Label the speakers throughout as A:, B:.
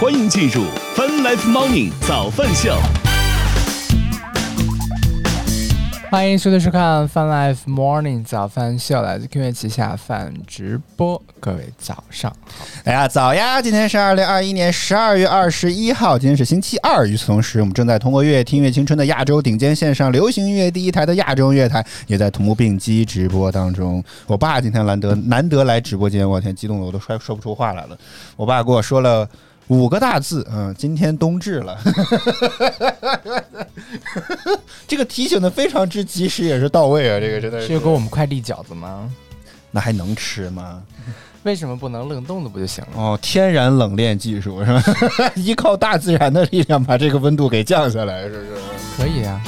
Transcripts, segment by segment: A: 欢迎进入 Fun Life Morning 早饭秀。
B: 欢迎收听收看 Fun Life Morning 早饭秀，来自 Q 乐旗下饭直播，各位早上好。
C: 大家早呀！今天是二零二一年十二月二十一号，今天是星期二。与此同时，我们正在通过“越听越青春”的亚洲顶尖线上流行音乐第一台的亚洲音乐台，也在同步并机直播当中。我爸今天难得难得来直播间，我天，激动的我都说说不出话来了。我爸给我说了五个大字，嗯，今天冬至了。 这个提醒的非常之及时，也是到位啊！这个真的
B: 是
C: 是，
B: 要给我们快递饺子吗？
C: 那还能吃吗？
B: 为什么不能冷冻的不就行了？
C: 哦，天然冷链技术是吧？ 依靠大自然的力量把这个温度给降下来，是不是？
B: 可以啊，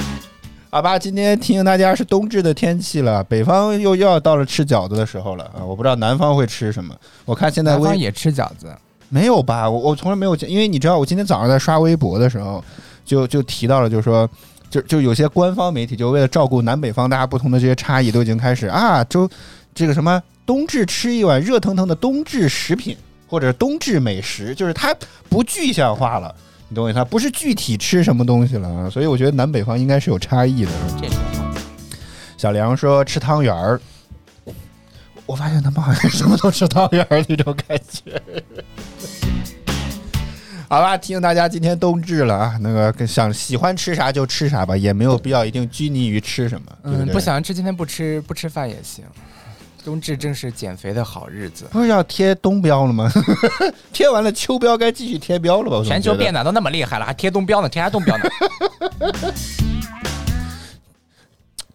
C: 阿爸，今天提醒大家是冬至的天气了，北方又又要到了吃饺子的时候了啊！我不知道南方会吃什么，我看现在
B: 南方
C: 微
B: 也吃饺子，
C: 没有吧？我我从来没有见，因为你知道，我今天早上在刷微博的时候，就就提到了，就是说。就就有些官方媒体就为了照顾南北方大家不同的这些差异，都已经开始啊，就这个什么冬至吃一碗热腾腾的冬至食品，或者是冬至美食，就是它不具象化了，你懂我意思吧？不是具体吃什么东西了啊，所以我觉得南北方应该是有差异的。
B: 这挺好。
C: 小梁说吃汤圆儿，我发现他们好像什么都吃汤圆儿那种感觉。好吧，提醒大家今天冬至了啊，那个想喜欢吃啥就吃啥吧，也没有必要一定拘泥于吃什么，对
B: 嗯，
C: 对？
B: 不想吃今天不吃，不吃饭也行。冬至正是减肥的好日子，
C: 不是要贴冬膘了吗？ 贴完了秋膘该继续贴膘了吧？我总
B: 全球
C: 觉得
B: 变暖都那么厉害了，还贴冬膘呢？贴啥冬膘 呢？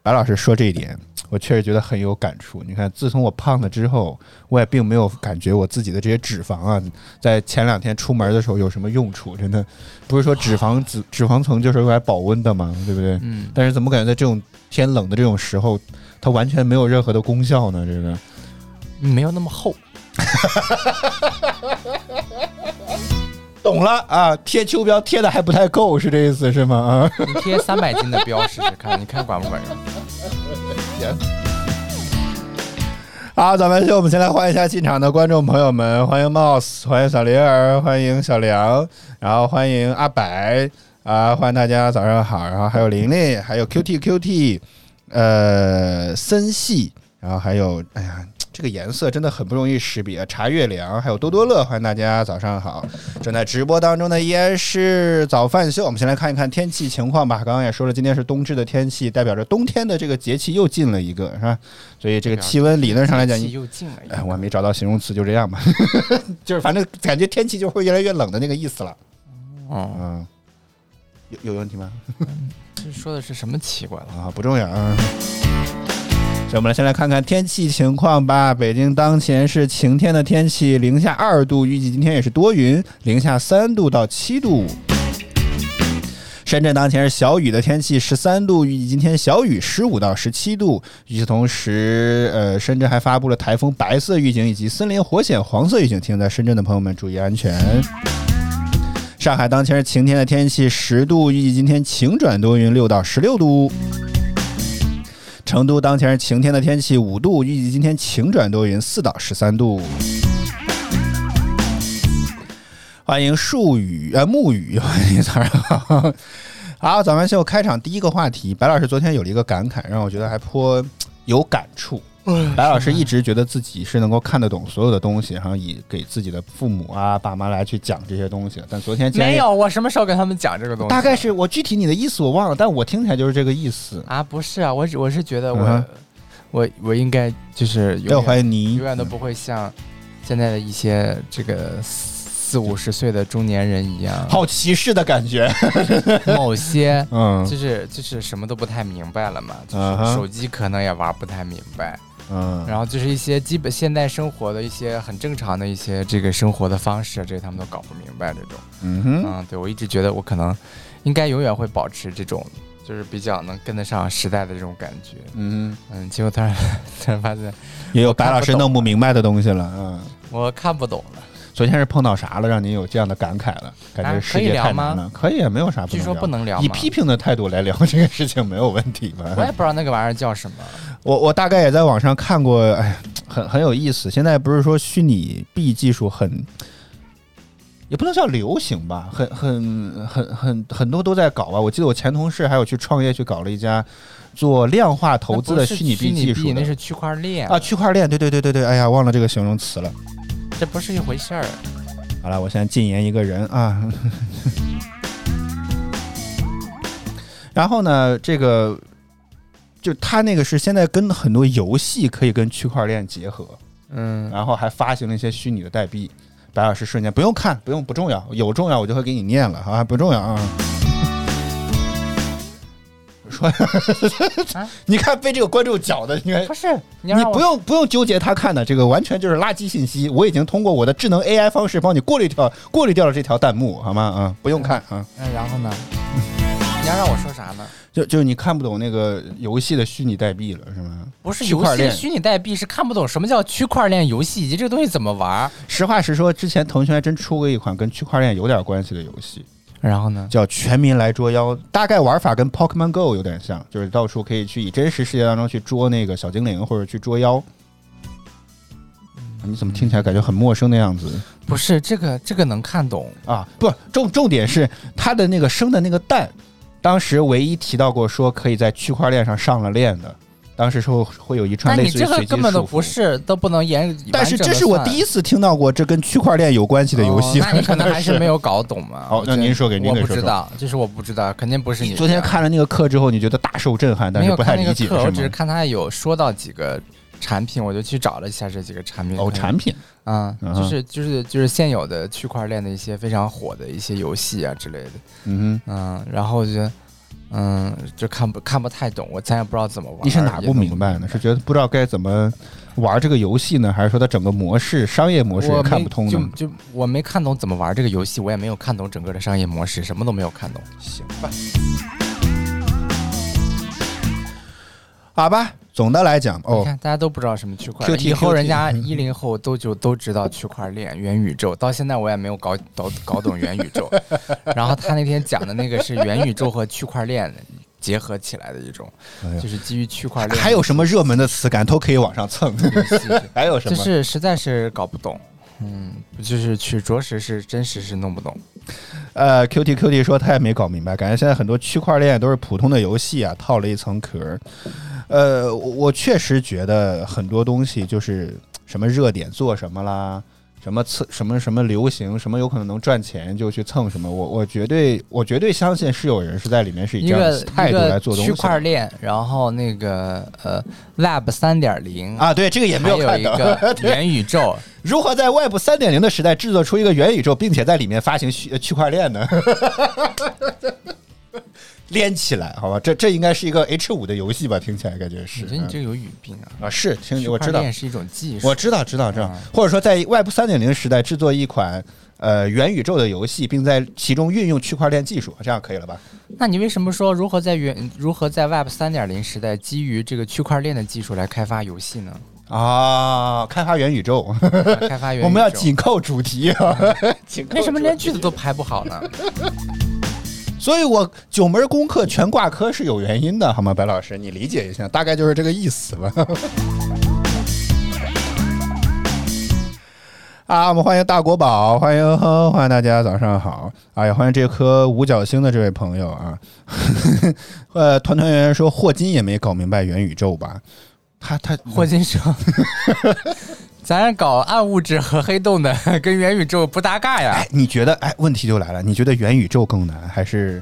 C: 白老师说这一点，我确实觉得很有感触。你看，自从我胖了之后，我也并没有感觉我自己的这些脂肪啊，在前两天出门的时候有什么用处。真的，不是说脂肪脂 脂肪层就是用来保温的嘛，对不对？
B: 嗯，
C: 但是怎么感觉在这种天冷的这种时候，它完全没有任何的功效呢？这个
B: 没有那么厚。
C: 懂了啊，贴秋膘贴的还不太够，是这意思是吗？啊。
B: 你贴三百斤的标试试看，你看管不管用？
C: 好，咱们就我们先来欢迎一下进场的观众朋友们，欢迎 Mouse，欢迎小玲儿，欢迎小梁，然后欢迎阿白啊，欢迎大家早上好，然后还有玲玲，还有 QT QT，呃，森系，然后还有哎呀。这个颜色真的很不容易识别。茶月凉，还有多多乐，欢迎大家早上好。正在直播当中的依然是早饭秀，我们先来看一看天气情况吧。刚刚也说了，今天是冬至的天气，代表着冬天的这个节气又近了一个，是吧？所以这个气温理论上来讲，
B: 天气又近了一
C: 哎，
B: 点，
C: 我还没找到形容词，就这样吧， 就是反正感觉天气就会越来越冷的那个意思了。
B: 哦，
C: 嗯，有有问题吗？
B: 这说的是什么奇怪了？
C: 啊，不重要啊。所以我们来先来看看天气情况吧。北京当前是晴天的天气，零下二度，预计今天也是多云，零下三度到七度。深圳当前是小雨的天气，十三度，预计今天小雨十五到十七度。与此同时，呃，深圳还发布了台风白色预警以及森林火险黄色预警，提醒在深圳的朋友们注意安全。上海当前是晴天的天气，十度，预计今天晴转多云，六到十六度。成都当前是晴天的天气，五度，预计今天晴转多云，四到十三度。欢迎树雨呃木雨， 欢迎早上好。好，早饭秀开场第一个话题，白老师昨天有了一个感慨，让我觉得还颇有感触。白老师一直觉得自己是能够看得懂所有的东西，然后以给自己的父母啊、爸妈来去讲这些东西。但昨天竟然
B: 没，有，我什么时候跟他们讲这个东西？
C: 大概是我具体你的意思我忘了，但我听起来就是这个意思。
B: 啊，不是啊，我只我是觉得我、
C: 嗯哼
B: 我我应该就是
C: 不要
B: 永
C: 哎怀
B: 远
C: 疑你
B: 永远都不会像现在的一些这个四五十岁的中年人一样，
C: 好歧视的感觉。
B: 某些
C: 嗯
B: 就是就是什么都不太明白了嘛，就
C: 嗯哼
B: 是手机可能也玩不太明白，
C: 嗯，
B: 然后就是一些基本现代生活的一些很正常的一些这个生活的方式，这些他们都搞不明白这种。
C: 嗯哼，
B: 嗯，对我一直觉得我可能应该永远会保持这种，就是比较能跟得上时代的这种感觉。
C: 嗯
B: 嗯，结果突然 突然发现
C: 哼，也有白老师弄不明白的东西了。嗯，
B: 我看不懂了。
C: 昨天是碰到啥了，让您有这样的感慨了？感觉
B: 啊
C: 世界太难了。哎可以啊，没有啥不能聊。
B: 据说不能聊
C: 以
B: 吗
C: 批评的态度来聊这个事情没有问题吧？
B: 我也不知道那个玩意儿叫什么。
C: 我我大概也在网上看过，哎，很很有意思。现在不是说虚拟币技术很也不能叫流行吧，很很很很很多都在搞吧。我记得我前同事还有去创业去搞了一家做量化投资的
B: 那不是
C: 虚拟币技术的
B: 那是区块链
C: 啊，区块链，对对对对对，哎呀，忘了这个形容词了。
B: 这不是一回事儿。
C: 好了，我现在禁言一个人啊。 然后呢，这个就他那个是现在跟很多游戏可以跟区块链结合，
B: 嗯，
C: 然后还发行了一些虚拟的代币。白老师瞬间不用看，不用不重要，有重要我就会给你念了啊，不重要啊。说， 你看被这个观众搅的，你看
B: 不是，你要
C: 你
B: 让我
C: 不用不用纠结他看的这个，完全就是垃圾信息。我已经通过我的智能 AI 方式帮你过滤掉过滤掉了这条弹幕，好吗？啊，不用看啊，
B: 嗯，然后呢？你要让我说啥呢？
C: 就就是你看不懂那个游戏的虚拟代币了，是吗？
B: 不是
C: 区
B: 游
C: 块
B: 戏的
C: 链
B: 虚拟代币是看不懂什么叫区块链游戏以及这个东西怎么玩儿。
C: 实话实说，之前腾讯还真出过一款跟区块链有点关系的游戏，
B: 然后呢？
C: 叫《全民来捉妖》，大概玩法跟 Pokemon Go 有点像，就是到处可以去以真实世界当中去捉那个小精灵或者去捉妖。啊你怎么听起来感觉很陌生的样子？
B: 不是这个，这个能看懂。
C: 啊，不重重点是它的那个生的那个蛋，当时唯一提到过说可以在区块链上上了链的，当时说会有一
B: 那
C: 串类
B: 你
C: 似于
B: 这个
C: 随机
B: 根本都
C: 束
B: 不
C: 缚。
B: 是，都不能严。
C: 但是
B: 完整
C: 这
B: 地
C: 是我
B: 算
C: 第一次听到过这跟区块链有关系的游戏。
B: 哦那你可能还 是没有搞懂嘛。
C: 好
B: 我觉得
C: 那您说给您
B: 我
C: 给
B: 不
C: 说
B: 知
C: 说
B: 道，就是我不知道，肯定不是你这样。
C: 昨天看了那个课之后，你觉得大受震撼，但
B: 没
C: 是
B: 有
C: 不
B: 看
C: 太
B: 那
C: 理
B: 个
C: 解
B: 课，我只
C: 是
B: 是
C: 吗？
B: 看他有说到几个产品，我就去找了一下这几个产品。
C: 哦，产品
B: 啊，
C: 嗯
B: 就是就是就是现有的区块链的一些非常火的一些游戏啊之类的，
C: 嗯哼，
B: 嗯，然后我觉得，嗯，就看不看不太懂，我咱也不知道怎么玩。
C: 你是哪
B: 也
C: 不
B: 弄
C: 明白呢？是觉得不知道该怎么玩这个游戏呢，还是说它整个模式、商业模式
B: 我
C: 也看
B: 没
C: 不通呢？
B: 就就我没看懂怎么玩这个游戏，我也没有看懂整个的商业模式，什么都没有看懂。
C: 行吧。好吧，总的来讲，
B: 你
C: 哦，
B: 看，大家都不知道什么区块链，
C: QT
B: 以后人 家一零后都就都知道区块链、元宇宙，到现在我也没有搞搞搞懂元宇 宙。然后他那天讲的那个是元宇宙和区块链结合起来的一种，
C: 哎呀
B: 就是基于区块链
C: 还有什么热门的词感都可以往上蹭。
B: 游戏，
C: 还有什
B: 就
C: 么？
B: 是实在是搞不懂。嗯，就是去着实是真实是弄不懂。
C: 呃，Q T Q T 说他也没搞明白，感觉现在很多区块链都是普通的游戏啊，套了一层壳儿。呃，我我确实觉得很多东西就是什么热点做什么啦，什么蹭什么什么流行，什么有可能能赚钱就去蹭什么。我我绝对我绝对相信是有人是在里面是以
B: 一
C: 这样
B: 个
C: 的态
B: 一
C: 度来
B: 个
C: 做东西
B: 区
C: 的。
B: 块链，然后那个呃 Lab 三点零，
C: 啊，对，这个也没
B: 还
C: 有
B: 有
C: 看
B: 一
C: 到。
B: 个元宇宙，
C: 如何在 Web 三点零的时代制作出一个元宇宙，并且在里面发行区呃区块 链呢？连起来，好吧，这这应该是一个 H 五的游戏吧？听起来感觉是嗯
B: 我觉得你这有语病啊。
C: 啊，是听我
B: 区块
C: 知道，
B: 链是一种技术，
C: 我知道，知道，知道
B: 嗯。
C: 或者说，在 Web 三点零时代制作一款呃元宇宙的游戏，并在其中运用区块链技术，这样可以了吧？
B: 那你为什么说如何在原如何在 Web 三点零时代基于这个区块链的技术来开发游戏呢？
C: 啊，开发元宇宙，
B: 来开发元宇宙
C: 我们要紧扣主题啊！紧扣
B: 为什么
C: 主
B: 连
C: 题
B: 句子都排不好呢？
C: 所以我九门功课全挂科是有原因的，好吗？白老师，你理解一下，大概就是这个意思吧。 啊，我们欢迎大国宝，欢迎哼，欢迎大家早上好！啊，也欢迎这颗五角星的这位朋友啊。 呃，团团圆圆说霍金也没搞明白元宇宙吧？他他
B: 霍金说， 咱搞暗物质和黑洞的跟元宇宙不搭嘎呀
C: 哎。，你觉得哎，问题就来了，你觉得元宇宙更难还是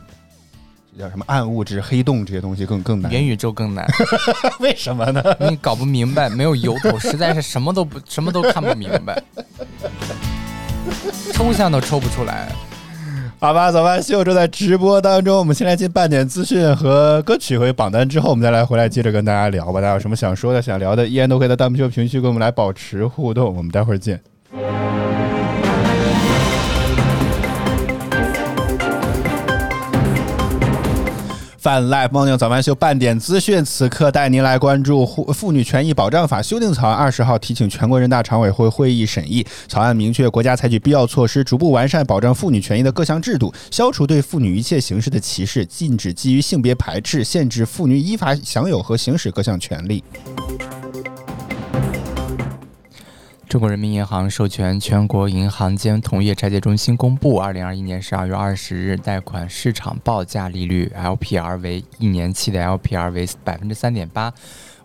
C: 叫什么暗物质、黑洞这些东西更更 难？
B: 元宇宙更难，
C: 为什么呢？
B: 你搞不明白，没有由头，实在是什么都不什么都看不明白，抽象都抽不出来。
C: 好吧，早饭秀正在直播当中，我们先来进半点资讯和歌曲和榜单之后，我们再来回来接着跟大家聊吧。大家有什么想说的、想聊的，依然都可以在弹幕区和评论区跟我们来保持互动。我们待会儿见。泛 Live Morning 早饭秀半点资讯，此刻带您来关注《妇妇女权益保障法》修订草案二十号提请全国人大常委会会议审议。草案明确，国家采取必要措施，逐步完善保障妇女权益的各项制度，消除对妇女一切形式的歧视，禁止基于性别排斥，限制妇女依法享有和行使各项权利。
B: 中国人民银行授权全国银行间同业拆借中心公布，二零二一年十二月二十日贷款市场报价利率 LPR 为一年期的 LPR 为百分之三点八，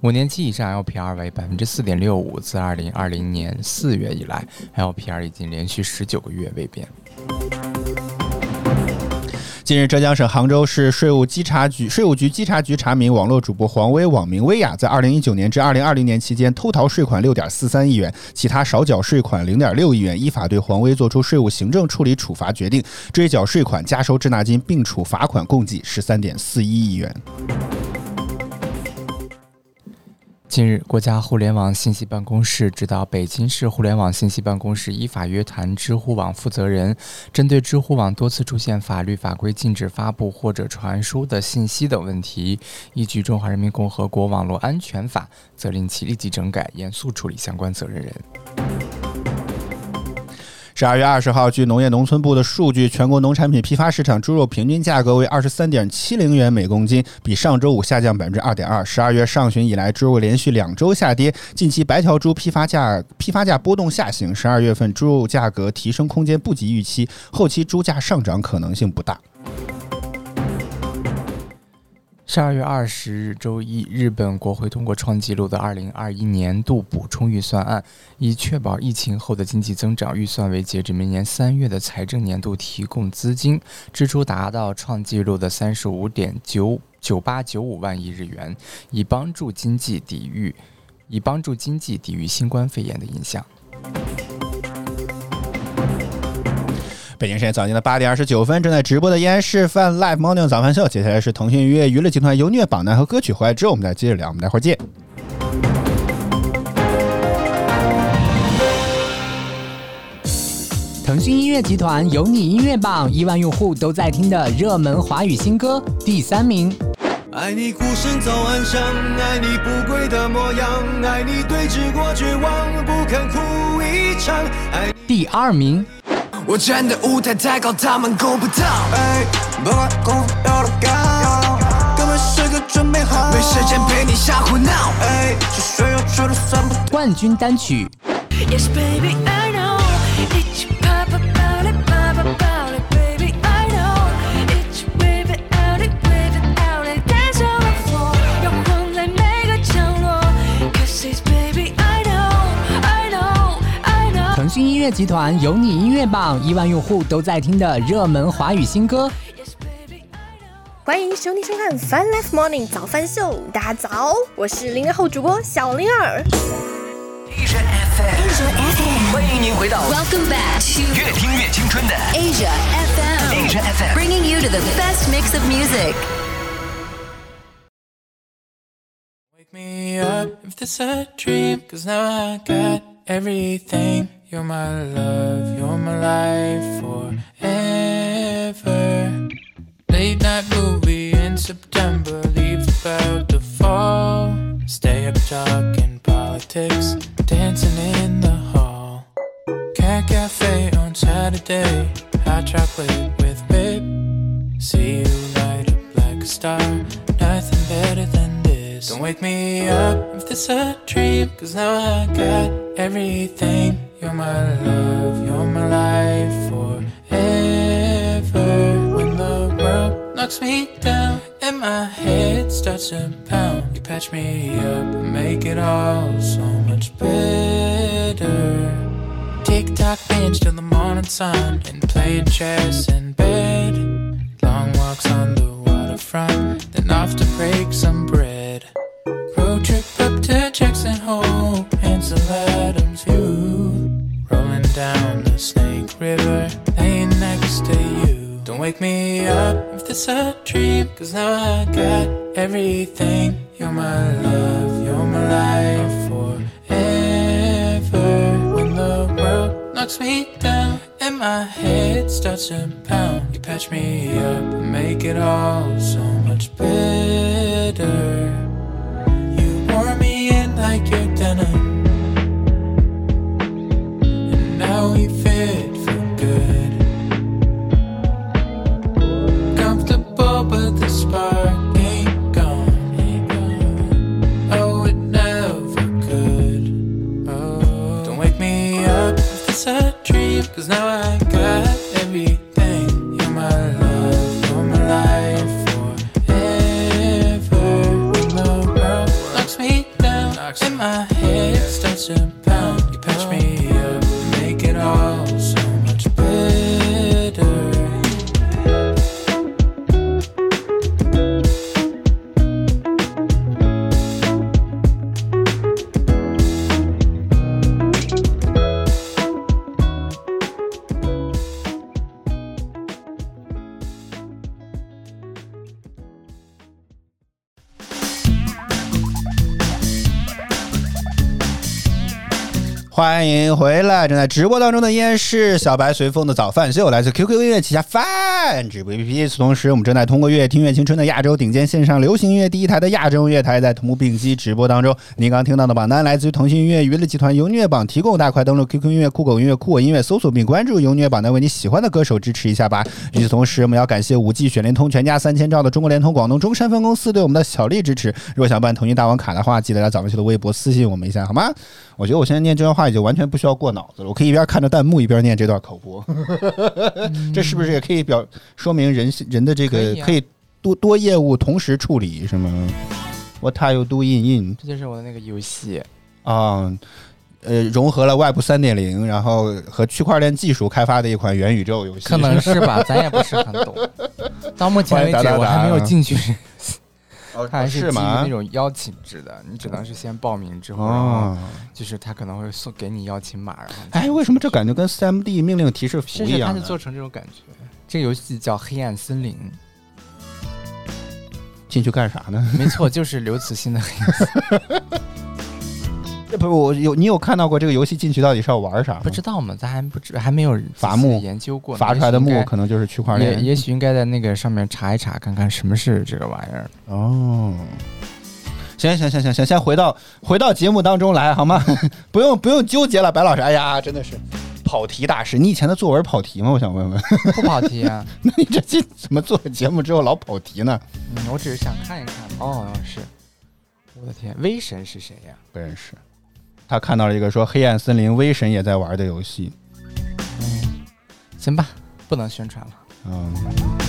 B: 五年期以上 LPR 为百分之四点六五。自二零二零年四月以来，LPR 已经连续十九个月未变。
C: 近日，浙江省杭州市税务稽查局税务局稽查局查明，网络主播黄威网名薇雅在二零一九年至二零二零年期间偷逃税款六点四三亿元，其他少缴税款零点六亿元，依法对黄威作出税务行政处理处罚决定，追缴税款、加收滞纳金，并处罚款共计十三点四一亿元。
B: 近日，国家互联网信息办公室指导北京市互联网信息办公室依法约谈知乎网负责人，针对知乎网多次出现法律法规禁止发布或者传输的信息等问题，依据《中华人民共和国网络安全法》，责令其立即整改，严肃处理相关责任人。
C: 十二月二十号，据农业农村部的数据，全国农产品批发市场猪肉平均价格为二十三点七零元每公斤，比上周五下降百分之二点二。十二月上旬以来，猪肉连续两周下跌。近期白条猪批发价批发价波动下行，十二月份猪肉价格提升空间不及预期，后期猪价上涨可能性不大。
B: 十二月二十日周一，日本国会通过创纪录的二零二一年度补充预算案，以确保疫情后的经济增长，预算为截止明年三月的财政年度提供资金，支出达到创纪录的三十五点九九八九五万亿日元，以帮助经济抵御，以帮助经济抵御新冠肺炎的影响。
C: 北京时间早间的八点二十九分，正在直播的依然是泛 Live Morning 早饭秀，接下来是腾讯音乐娱乐集团优虐榜单和歌曲回来之后，我们再接着聊，我们待会儿见。
D: 腾讯音乐集团有你音乐榜，亿万用户都在听的热门华语新歌，第三名。
E: 爱你孤身走暗巷，爱你不跪的模样，爱你对峙过绝望，不肯哭一场。爱
D: 第二名，
E: 我站的舞台太高，他们够不到。哎，本来功夫有多高，根本时刻准备好，没时间陪你瞎胡闹。哎，这水有出的算不
D: 冠军单曲
F: Yes, baby, I know. It's your papa, body, papa, body, baby, I know. It's your baby, out it, baby, out it, dance on the floor. 摇晃在每个角落。Cause it's baby, I know, I know, I know.
D: 腾讯音乐集团有你音乐榜，亿万用户都在听的热门华语新歌，
F: Yes, baby, I know.
G: 欢迎收听收看《Fun Life Morning 早饭秀》，大家早，我是零零后主播小灵儿。
H: Asia FM，欢迎您回到
I: Welcome back to
H: 越听越青春的
I: Asia FM,
H: Asia FM。
I: bringing you to the best mix of music.
J: Wake me up if this a dream, cause now I got everything. You're my love, you're my life forever. Late night movie in September, leaves about to fall. Stay up talking politics, dancing in the hall. Cat cafe on Saturday, hot chocolate with whip. See you light up like a star. Nothing better than this. Don't wake me up if this a dream. Cause now I got everything. You're my love, you're my life forever. When the world knocks me down and my head starts to pound, you patch me up and make it all so much better. Tick tock bench till the morning sun and playing chess in bed. Long walks on the waterfront, then off to break some bread. Road trip up to Jackson Hole, Hansel Adams View. Rolling down the Snake River, laying next to you. Don't wake me up if this a dream, cause now I got everything. You're my love, you're my life forever. When the world knocks me down and my head starts to pound, you patch me up and make it all so much better. You wore me in like your denim, and now we fit for good. Comfortable, but the spark ain't gone. Oh, it never could. Oh, don't wake me
C: 欢迎回来！正在直播当中的依然是小白随风的早饭秀，来自 QQ 音乐旗下泛直播 APP。与此同时，我们正在通过“乐听乐青春”的亚洲顶尖线上流行音乐第一台的亚洲乐台，在同步并机直播当中。您刚听到的榜单来自于腾讯音乐娱乐集团“优虐榜”提供，大家快登录 QQ 音乐、酷狗音乐、酷我音乐搜索并关注“优虐榜单”，为你喜欢的歌手支持一下吧。与此同时，我们要感谢五 G 选联通全家三千兆的中国联通广东中山分公司对我们的小力支持。若想办腾讯大王卡的话，记得来早饭秀的微博私信我们一下，好吗？我觉得我现在念这段话已经完全不需要过脑子了，我可以一边看着弹幕一边念这段口播， 这是不是也可以表说明人性人的这
B: 可
C: 个
B: 以啊
C: 可以多多业务同时处理是吗？What are you doing in
B: 这就是我的那个游戏。
C: 啊？呃，融合了 Web 三点零，然后和区块链技术开发的一款元宇宙游戏，
B: 可 能是吧，咱也不是很懂。到目前为
C: 欢迎
B: 止
C: 达，达
B: 我还没有进去，
C: 哦
B: 它还是基于
C: 吗
B: 那？种邀请制的，你只能是先报名之后，然后
C: 哦，
B: 就是他可能会送给你邀请码，然后你
C: 哎，为什么这感觉跟 CMD 命令提示符
B: 是
C: 一
B: 是，它
C: 样
B: 哎是
C: 呢？
B: 做成这种感觉。这个游戏叫《黑暗森林
C: 进去干啥呢？》，
B: 没错，就是刘慈欣的黑暗森林。
C: 这不，我有你有看到过这个游戏进去到底是要玩啥吗？
B: 不知道嘛，咱还不知还没有
C: 伐
B: 仔细
C: 木
B: 研究过，
C: 发出来的幕可能就是区块
B: 也
C: 链。
B: 也许应该在那个上面查一查，看看什么是这个玩意 儿。
C: 哦，行行行行行，先回到回到节目当中来好吗？ 不用不用纠结了，白老师，哎呀，真的是跑题大师。你以前的作文跑题吗？我想问 问，
B: 不跑题啊，
C: 那你这期怎么做节目之后老跑题呢？
B: 嗯，我只是想看一看。哦，是，我的天，威神是谁呀、
C: 不认识。他看到了一个说《黑暗森林》威神也在玩的游戏，
B: 行吧，不能宣传了，
C: 嗯，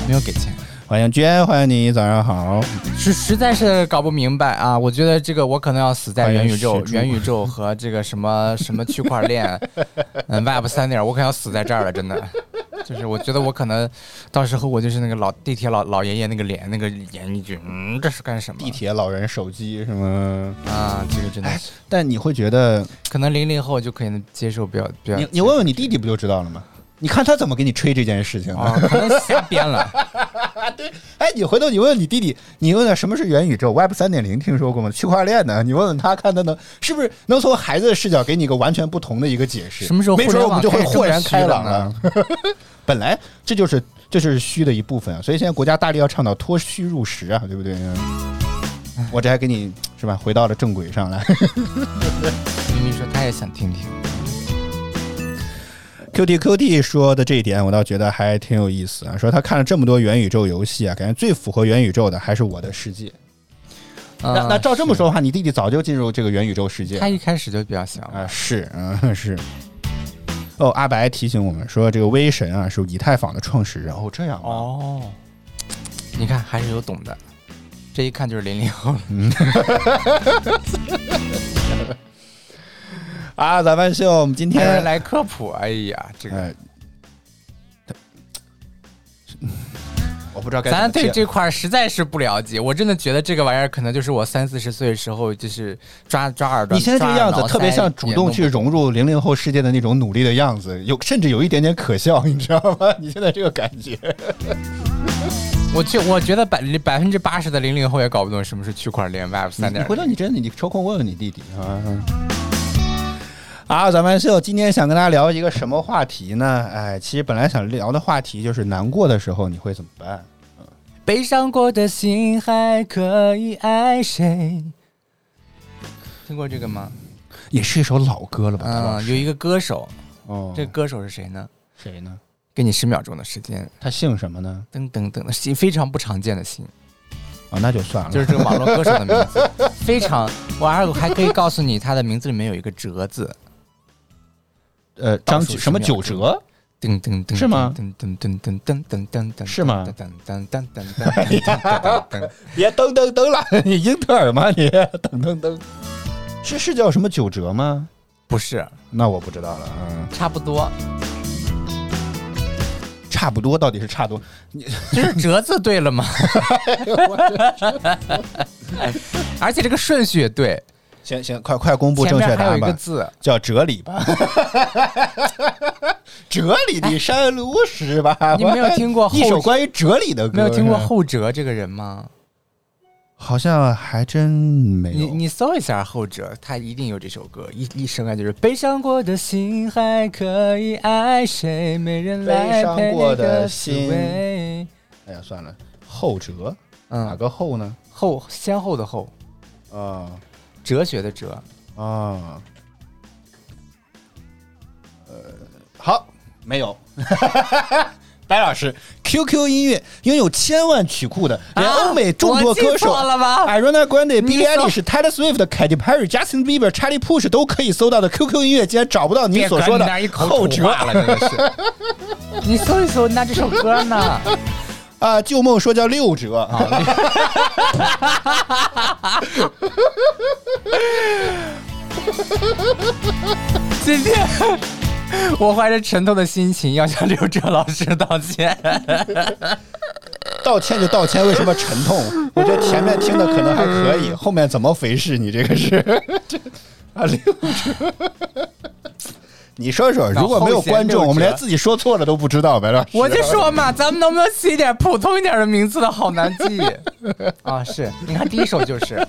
B: 没有给钱，
C: 欢迎娟，欢迎你，早上好。
B: 实实在是搞不明白啊！我觉得这个我可能要死在
C: 欢迎
B: 元宇宙
C: 石、柱
B: 元宇宙和这个什 么什么区块链，嗯，Web 三点，我可能要死在这儿了，真的。就是我觉得我可能到时候我就是那个老地铁老老爷爷那个脸那个眼一句，嗯，这是干什么？
C: 地铁、哎老人、手机什么？
B: 啊，这个真的是，
C: 但你会觉得，
B: 可能零零后就可以接受比较比 较
C: 你你问问你弟弟不就知道了吗？你看他怎么给你吹这件事情的。
B: 啊，可能瞎编了。
C: 哎，你回头你问问你弟弟，你问他什么是元宇宙？Web 三点零听说过吗？区块链呢？你问问他，看他能是不是能从孩子的视角给你一个完全不同的一个解释？
B: 什么时候
C: 没准
B: 互联
C: 我们
B: 网
C: 就会
B: 开始
C: 豁然
B: 这么
C: 开
B: 虚了
C: 朗了。 本来这就是这就是虚的一部分啊，所以现在国家大力要倡导脱虚入实啊，对不对？我这还给你是吧，回到了正轨上来。
B: 明明说他也想听听，
C: Q T Q T 说的这一点，我倒觉得还挺有意思啊。说他看了这么多元宇宙游戏啊，感觉最符合元宇宙的还是《我的世界》那
B: 嗯
C: 那照这么
B: 是
C: 说的话，你弟弟早就进入这个元宇宙世界了
B: 他一开始就比较想了
C: 啊，是，嗯是。哦，阿白提醒我们说，这个威神啊是以太坊的创始人。哦，这样
B: 哦，
C: 哦，
B: 你看还是有懂的，这一看就是零零后了。
C: 啊，咱们秀，我们今
B: 还有人
C: 天
B: 来科普，哎呀，这个
C: 呃，我不知道该怎
B: 咱
C: 么
B: 对
C: 接
B: 这块儿实在是不了解，我真的觉得这个玩意儿可能就是我三四十岁时候就是抓抓耳朵。
C: 你现在这个样子
B: 抓，耳
C: 特别像主动去
B: 脑塞也弄
C: 融入零零后世界的那种努力的样子，有甚至有一点点可笑，你知道吗？你现在这个感觉，
B: 不。我去，我觉得百百分之八十的零零后也搞不懂什么是区块链 Web 三
C: 你
B: 点。
C: 回头你真的你抽空问问你弟弟啊。 啊，咱们秀今天想跟大家聊一个什么话题呢？哎，其实本来想聊的话题就是难过的时候你会怎么办？
B: 悲伤过的心还可以爱谁？听过这个吗？
C: 也是一首老歌了吧？大老
B: 嗯，
C: 师
B: 有一个歌手，
C: 哦，
B: 这个歌手是谁呢？
C: 谁呢？
B: 给你十秒钟的时间，
C: 他姓什么呢？
B: 噔噔噔的姓非常不常见的姓，
C: 啊，那就算了。
B: 就是这个网络歌手的名字，非常。我还还可以告诉你，他的名字里面有一个“折”字，
C: 呃，
B: 倒
C: 张
B: 数
C: 九
B: 10
C: 什么
B: 秒
C: 九折？
B: 噔噔噔，
C: 是吗
B: 噔噔噔噔噔噔噔噔，
C: 是吗
B: 噔噔噔噔噔噔噔噔。
C: 别噔噔噔了， 你英特尔吗？你噔噔噔，是是叫什么九折吗？
B: 不是，
C: 那我不知道了。嗯，
B: 差不多，
C: 差不多到底是差多。
B: 就是“折”字对了吗？ 而且这个顺序也对，
C: 行行，快快公布
B: 前
C: 正确
B: 面
C: 答
B: 还有
C: 案
B: 一个
C: 吧，
B: 字，
C: 叫哲理吧。 哲理的山炉石吧，
B: 哎你没有听过后
C: 一首关于哲理的歌？
B: 没有听过
C: 是吧
B: 后哲这个人吗？
C: 好像还真没
B: 你
C: 有。
B: 你搜一下后者，他一定有这首歌，一一生啊就是悲伤过的心还可以爱谁，没人来陪你滋
C: 悲伤过的
B: 味。
C: 哎呀，算了，后哲哪
B: 嗯，
C: 个后呢？
B: 后先后的后，
C: 啊
B: 哲学的哲，
C: 啊，呃，好，没有。 白老师，QQ 音乐拥有千万曲库的，连欧美众多歌手、
D: 我记错了吗
C: Ariana Grande、
D: 你
C: Billie
D: 搜
C: Eilish、Taylor Swift、Katy Perry、Justin Bieber、Charlie Puth 都可以搜到的 QQ 音乐，竟然找不到你所说
B: 别
C: 的
B: 管你那一口
C: 后
B: 土
C: 哲
B: 话了，真的是。 你搜一搜，那这首歌呢？
C: 啊！旧梦说叫六折啊！
B: 今天 我怀着沉痛的心情要向刘哲老师道歉。
C: 道歉就道歉，为什么沉痛？我觉得前面听的可能还可以，后面怎么回事？你这个是 这啊六折？ 你说说，如果没有观众，我们连自己说错了都不知道，白老师。
B: 我就说嘛，咱们能不能起一点普通一点的名字的好难记 啊？是，你看第一首就是，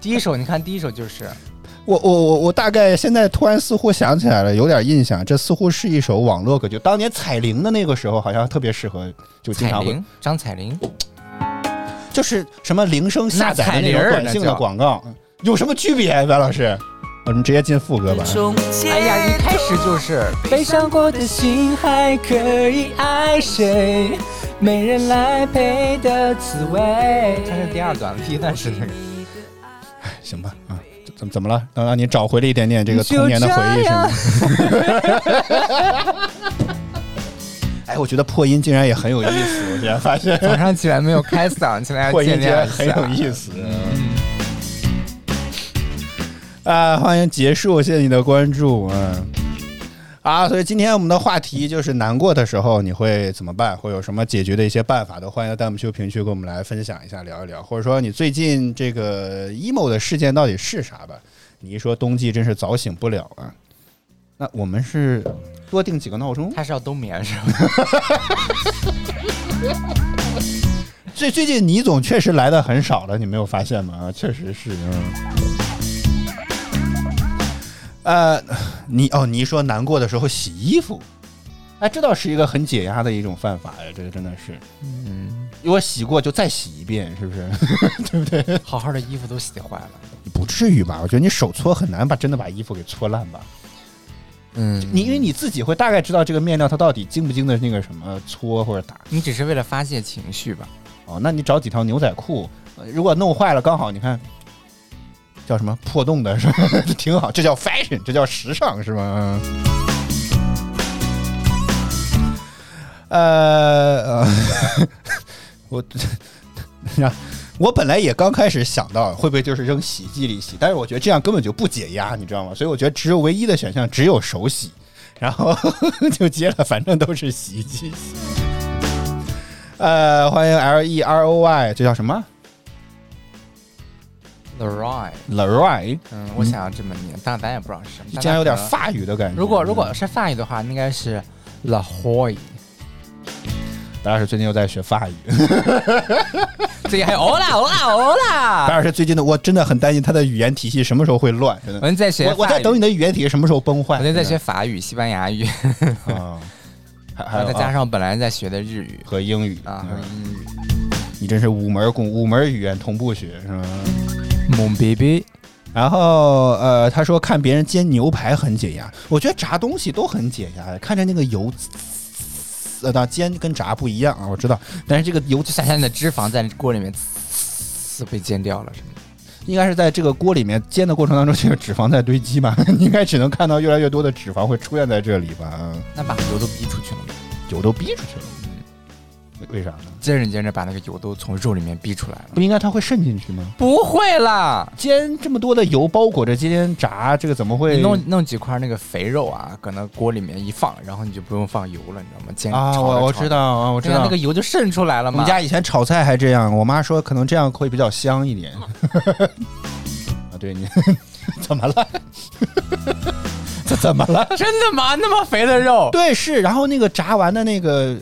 B: 第一首，你看第一首就是，
C: 我我我我大概现在突然似乎想起来了，有点印象，这似乎是一首网络歌，就当年彩铃的那个时候，好像特别适合，就经
B: 彩
C: 常会
B: 铃，张彩铃，
C: 就是什么铃声下载的那
B: 那彩铃
C: 种
B: 儿
C: 短信
B: 那
C: 的
B: 叫
C: 广告，有什么区别？白老师，我们直接进副歌吧。
B: 哎呀，一开始就是悲伤过的心还可以爱谁，没人来陪的滋味。它是第二段，第一段是那个。
C: 行吧，啊，怎怎么了？能让你找回了一点点这个童年的回忆
B: 就是这
C: 吗
B: 样？
C: 哎，我觉得破音竟然也很有意思，我竟然发现
B: 早上起来没有开嗓，起 来
C: 破
B: 要
C: 音
B: 见谅一
C: 竟然很有
B: 下。嗯
C: 意思。嗯啊，欢迎结束，谢谢你的关注，嗯。啊，所以今天我们的话题就是难过的时候你会怎么办，会有什么解决的一些办法都欢迎在弹幕区、评论区跟我们来分享一下、聊一聊，或者说你最近这个 emo 的事件到底是啥吧？你一说冬季真是早醒不了啊，那我们是多定几个闹钟？
B: 他是要冬眠是吧？
C: 最最近倪总确实来的很少了，你没有发现吗？啊确实是，嗯。呃，你哦，你一说难过的时候洗衣服，哎，这倒是一个很解压的一种办法呀，这个真的是，嗯，如果洗过就再洗一遍，是不 是？
B: 好好的衣服都洗坏了。
C: 不至于吧？我觉得你手搓很难把真的把衣服给搓烂吧？
B: 嗯，
C: 你因为你自己会大概知道这个面料它到底经不经得那个什么搓或者打，
B: 你只是为了发泄情绪吧？
C: 哦，那你找几条牛仔裤，呃如果弄坏了，刚好你看叫什么破洞的是吧？ 这挺好，这叫 fashion，这叫时尚是吗？呃，呃 我 让。我本来也刚开始想到会不会就是扔洗衣机里洗，但是我觉得这样根本就不解压，你知道吗？所以我觉得只有唯一的选项只有手洗，然后 就接了，反正都是洗衣机洗。呃，欢迎 L E R O Y，这叫什么
B: l e r o y
C: l e r o y
B: 嗯，我想要这么念，但咱也不知道是什么。
C: 竟然有点
B: 但它可能。
C: 法语的感觉。嗯
B: 如果如果是法语的话，应该是 La Hoy。
C: 白老师最近又在学法语，
B: 这个还有哦 Hola Hola
C: 白
B: Hola。
C: 老师最近的我真的很担心他的语言体系什么时候会乱，真
B: 我
C: 的。
B: 们在学
C: 我我在等你
B: 你。
C: 的语言体系什么时候崩坏。
B: 我在在学
C: 真
B: 法语、西班牙语，
C: 的啊，还 还
B: 然
C: 有
B: 后再加
C: 啊嗯
B: 上本来在学的日语
C: 和英语
B: 啊和英语。
C: 你真是五门共五门语言同步学是吗？
B: Mon baby，
C: 然后呃，他说看别人煎牛排很解压，我觉得炸东西都很解压，看着那个油滋，呃，当然煎跟炸不一样啊，我知道，但是这个油
B: 就想象你的脂肪在锅里面呲被煎掉了，是吗？
C: 应该是在这个锅里面煎的过程当中，这个脂肪在堆积吧？ 你应该只能看到越来越多的脂肪会出现在这里吧？嗯
B: 那把油都逼出去了吗，
C: 酒都逼出去了，为为啥呢？
B: 接着接着把那个油都从肉里面逼出来了。
C: 不应该它会渗进去吗？
B: 不会啦，
C: 煎这么多的油包裹着煎炸，这个怎么会
B: 你弄弄几块那个肥肉啊，搁那锅里面一放，然后你就不用放油了，你知道吗？煎
C: 啊？我我知，道啊，我
B: 我
C: 知道
B: 那个油就渗出来了嘛。
C: 我们家以前炒菜还这样，我妈说可能这样会比较香一 点。啊，对你 怎么了？ 这怎么了？
B: 真的吗？那么肥的肉，
C: 对，是，然后那个炸完的那个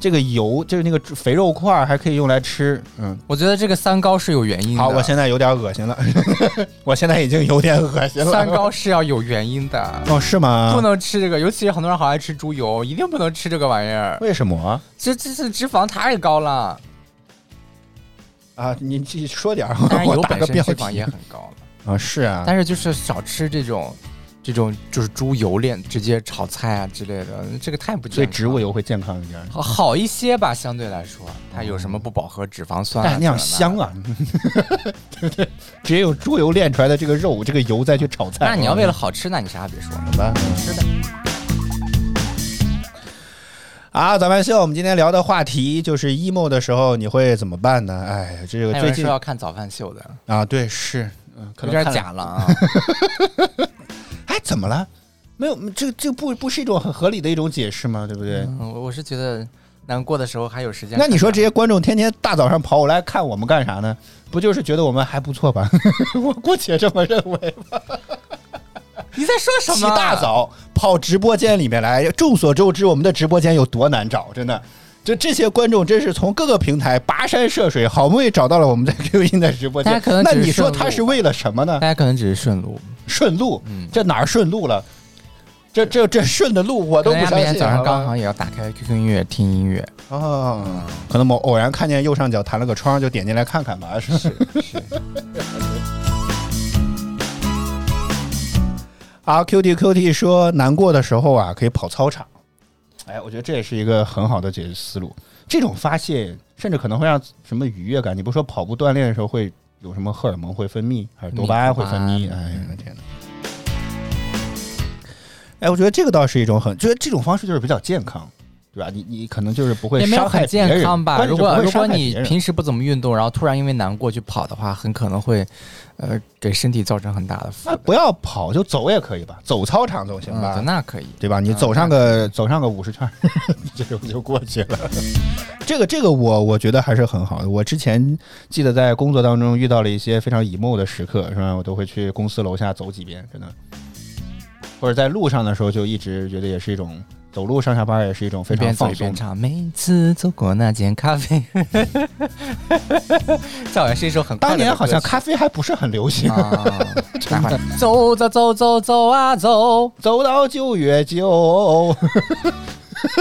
C: 这个油就是那个肥肉块儿还可以用来吃。嗯，
B: 我觉得这个三高是有原因的。
C: 好，我现在有点恶心了， 我现在已经有点恶心了。
B: 三高是要有原因 的，
C: 哦，是吗？
B: 不能吃这个，尤其是很多人好爱吃猪油，一定不能吃这个玩意儿。
C: 为什么
B: 这这这脂肪太高 了，
C: 啊？你你说点儿
B: 当然，
C: 我
B: 油
C: 打
B: 本
C: 个
B: 身脂
C: 标
B: 肪也
C: 题
B: 很高了，
C: 啊，是啊，
B: 但是就是少吃这种。这种就是猪油炼直接炒菜啊之类的，这个太不
C: 所
B: 健
C: 以
B: 康。
C: 植物油会健康一点。
B: 好好一些吧，相对来说，它有什么不饱和脂肪酸、啊？
C: 但那样香
B: 啊！
C: 啊， 对不对？只有猪油炼出来的这个肉，这个油再去炒菜。
B: 那你要为了好吃，那你啥也别说了。
C: 好吧？
B: 吃的
C: 啊，早饭秀，我们今天聊的话题就是 emo 的时候你会怎么办呢？哎，这个
B: 还有
C: 最
B: 人
C: 近
B: 说要看早饭秀的，
C: 啊，对，是，嗯，可
B: 有
C: 能
B: 点假
C: 看了。
B: 了啊。
C: 哎，怎么了？没有，这这不不是一种很合理的一种解释吗？对不对？
B: 嗯我我是觉得难过的时候还有时间看。
C: 那你说这些观众天天大早上跑过来看我们干啥呢？不就是觉得我们还不错吧？ 我姑且这么认为。
B: 你在说什
C: 起
B: 么？
C: 大早跑直播间里面来，众所周知我们的直播间有多难找，真的。就这些观众真是从各个平台跋山涉水，好不容易找到了我们在 Q 音的直播
B: 大家
C: 间
B: 可能。
C: 那
B: 只是
C: 你说
B: 顺路哎嗯
C: 他是为了什么呢
B: 大？家可能只是顺路，
C: 顺路，这哪儿顺路了？这这这顺的路我都不
B: 可能
C: 相
B: 大家
C: 信。
B: 每天早上
C: 好吧
B: 刚好也要打开 QQ 音乐听音乐。
C: 哦，可能某偶然看见右上角弹了个窗，就点进来看看 吧。是 是。啊，Q T Q T 说，难过的时候啊，可以跑操场。哎，我觉得这也是一个很好的解决思路。这种发泄，甚至可能会让什么愉悦感。你不说跑步锻炼的时候会有什么荷尔蒙会分泌，还是多巴胺会分
B: 米嗯
C: 泌？
B: 多巴胺
C: 哎呀，我的天哪！哎，我觉得这个倒是一种很，觉得这种方式就是比较健康，对吧？你你可能就是不会
B: 也没有
C: 伤害
B: 很
C: 别人
B: 健康吧？
C: 关
B: 如
C: 键是不
B: 果
C: 会
B: 如果
C: 伤害
B: 你
C: 别人
B: 平时不怎么运动，然后突然因为难过去跑的话，很可能会，呃，给身体造成很大的负
C: 哎不要跑，就走也可以吧，走操场总行吧？
B: 担。嗯那可以，
C: 对吧？你走上个、走上个五十圈儿， 这种就过去了。 这个这个我我觉得还是很好的。我之前记得在工作当中遇到了一些非常 emo 的时刻，是吧？我都会去公司楼下走几遍，真的。或者在路上的时候，就一直觉得也是一种走路上下班也是一种非
B: 一
C: 常
B: 边走
C: 放
B: 一
C: 松
B: 边
C: 的。
B: 唱。每次走过那间咖啡， 这好像是一首很快
C: 当
B: 乐的
C: 年好
B: 歌
C: 像
B: 曲
C: 咖啡还不是很流行，
B: 啊， 哪 会儿走走走走走啊走，
C: 走到九月九。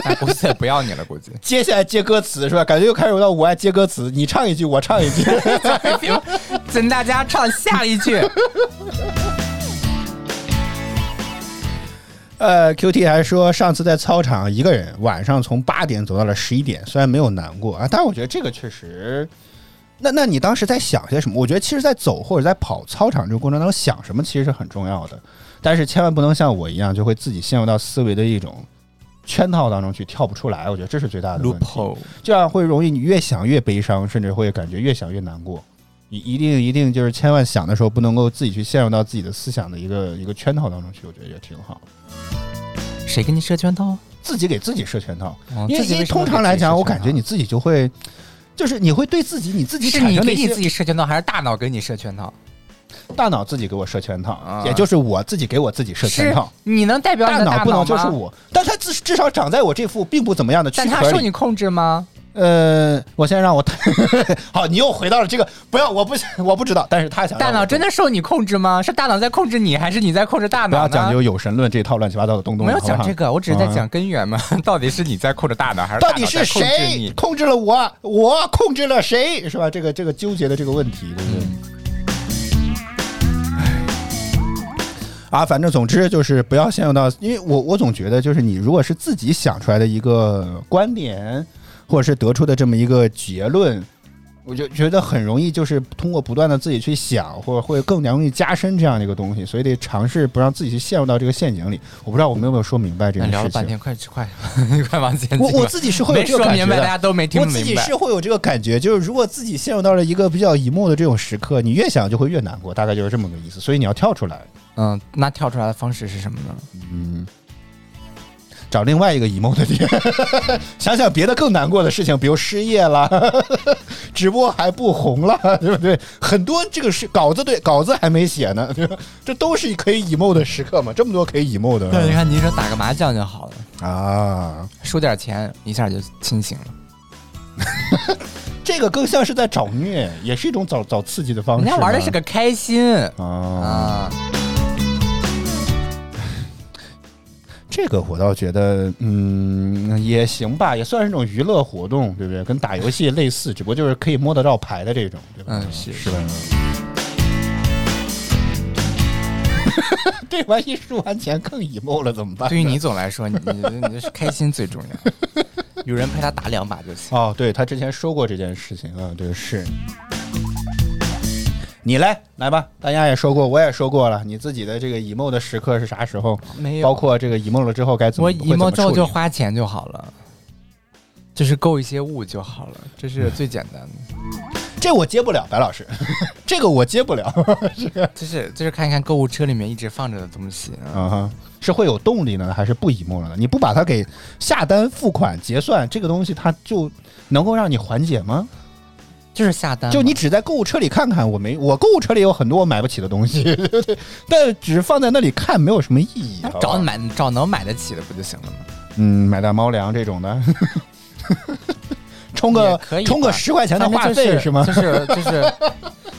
B: 哎，估计也不要你了，估计
C: 接下来接歌词是吧？感觉又开始到我爱接歌词，你唱一句，我唱 一句。
B: 请大家唱下一 句。
C: 呃，Q T 还说上次在操场一个人，晚上从八点走到了十一点，虽然没有难过啊，但是我觉得这个确实。那那你当时在想些什么？我觉得其实，在走或者在跑操场这个过程当中，想什么其实是很重要的，但是千万不能像我一样，就会自己陷入到思维的一种圈套当中去，跳不出来。我觉得这是最大的问题。
B: loophole，
C: 这样会容易你越想越悲伤，甚至会感觉越想越难过。你一定一定就是千万想的时候，不能够自己去陷入到自己的思想的一个一个圈套当中去，我觉得也挺好。
B: 谁给你设圈套？
C: 自己给自己设圈套，
B: 哦
C: 因为
B: 自己
C: 因为
B: 为什么
C: 通
B: 给
C: 常
B: 自己
C: 来讲，
B: 设
C: 我
B: 圈
C: 感觉
B: 套啊
C: 你自己就会，就是你会对自己你自己
B: 是
C: 产
B: 你
C: 生的
B: 给
C: 一
B: 你自
C: 些
B: 己设圈套，还是大脑给你设圈套？
C: 大脑自己给我设圈套
B: 啊，
C: 也就是我自己给我自己设圈
B: 是
C: 套。
B: 你能代表你
C: 大
B: 的大
C: 脑不能就是
B: 吗？
C: 我，但它至至少长在我这副并不怎么样的躯
B: 但它
C: 壳
B: 受
C: 里。
B: 你控制吗？
C: 呃，我现在让我 好，你又回到了这个，不要，我不我不知道，但是他想
B: 大
C: 让我
B: 脑真的受你控制吗？是大脑在控制你，还是你在控制大
C: 不
B: 脑
C: 要
B: 呢？
C: 讲究有神论这套乱七八糟的东东，
B: 没有
C: 好不好
B: 讲这个，我只是在
C: 嗯
B: 讲根源嘛， 到底是你在控制大脑，还是
C: 到
B: 大
C: 底
B: 脑
C: 是
B: 在控制
C: 谁
B: 你？
C: 控制了我，我控制了谁，是吧？这个这个纠结的这个问题，对不对？
B: 嗯
C: 唉啊，反正总之就是不要陷入到，因为我我总觉得就是你如果是自己想出来的一个观点，或者是得出的这么一个结论，我就觉得很容易就是通过不断的自己去想，或者会更容易加深这样的一个东西，所以得尝试不让自己去陷入到这个陷阱里。我不知道我们有没有说明白这
B: 那
C: 件事情。
B: 聊了半天，快快 快往前进吧。
C: 我我自己是会有
B: 没
C: 这个
B: 说
C: 感觉
B: 明白，
C: 的
B: 大家都没听
C: 我
B: 明白。
C: 自己是会有这个感觉，就是如果自己陷入到了一个比较 emo 的这种时刻，你越想就会越难过，大概就是这么个意思。所以你要跳出来，
B: 嗯，那跳出来的方式是什么呢？
C: 嗯，找另外一个 emo 的点， 想想别的更难过的事情，比如失业啦， 直播还不红了，对不对？很多这个是稿子对稿子还没写呢，对吧？这都是可以 emo 的时刻嘛，这么多可以 emo 的。
B: 对，你看，你说打个麻将就好了。
C: 啊，
B: 收点钱一下就清醒了。
C: 这个更像是在找虐，也是一种找找刺激的方式
B: 人
C: 吧。
B: 家玩的是个开心
C: 啊
B: 啊，
C: 这个我倒觉得，嗯，也行吧，也算是一种娱乐活动，对不对？跟打游戏类似，只不过就是可以摸得到牌的这种，对吧？
B: 嗯是
C: 是吧？ 这玩意输完钱更 emo 了，怎么 办？
B: 对于倪总来说，你你你是开心最重要， 有人陪他打两把就行。
C: 哦，对他之前说过这件事情啊，对是。你来来吧，大家也说过，我也说过了。你自己的这个 emo 的时刻是啥时候？
B: 没有
C: 包括这个 emo 了之后该怎么？
B: 我
C: 会怎么
B: emo 之后
C: 处理
B: 就花钱就好了，就是购一些物就好了，这是最简单的。
C: 这我接不了，白老师， 这个我接 不了。
B: 就是就是看一看购物车里面一直放着的东西啊，
C: 啊哈，是会有动力呢，还是不 emo 了呢？你不把它给下单、付款、结算这个东西，它就能够让你缓解吗？
B: 就是下单嘛。
C: 就你只在购物车里看看，我没我购物车里有很多我买不起的东西， 对不对但只放在那里看没有什么意义。好吧
B: 找买找能买得起的不就行了吗？
C: 嗯，买袋猫粮这种的， 充
B: 也
C: 个
B: 可以吧
C: 充个十块钱的
B: 反正
C: 话
B: 就
C: 费吗？
B: 就是 就是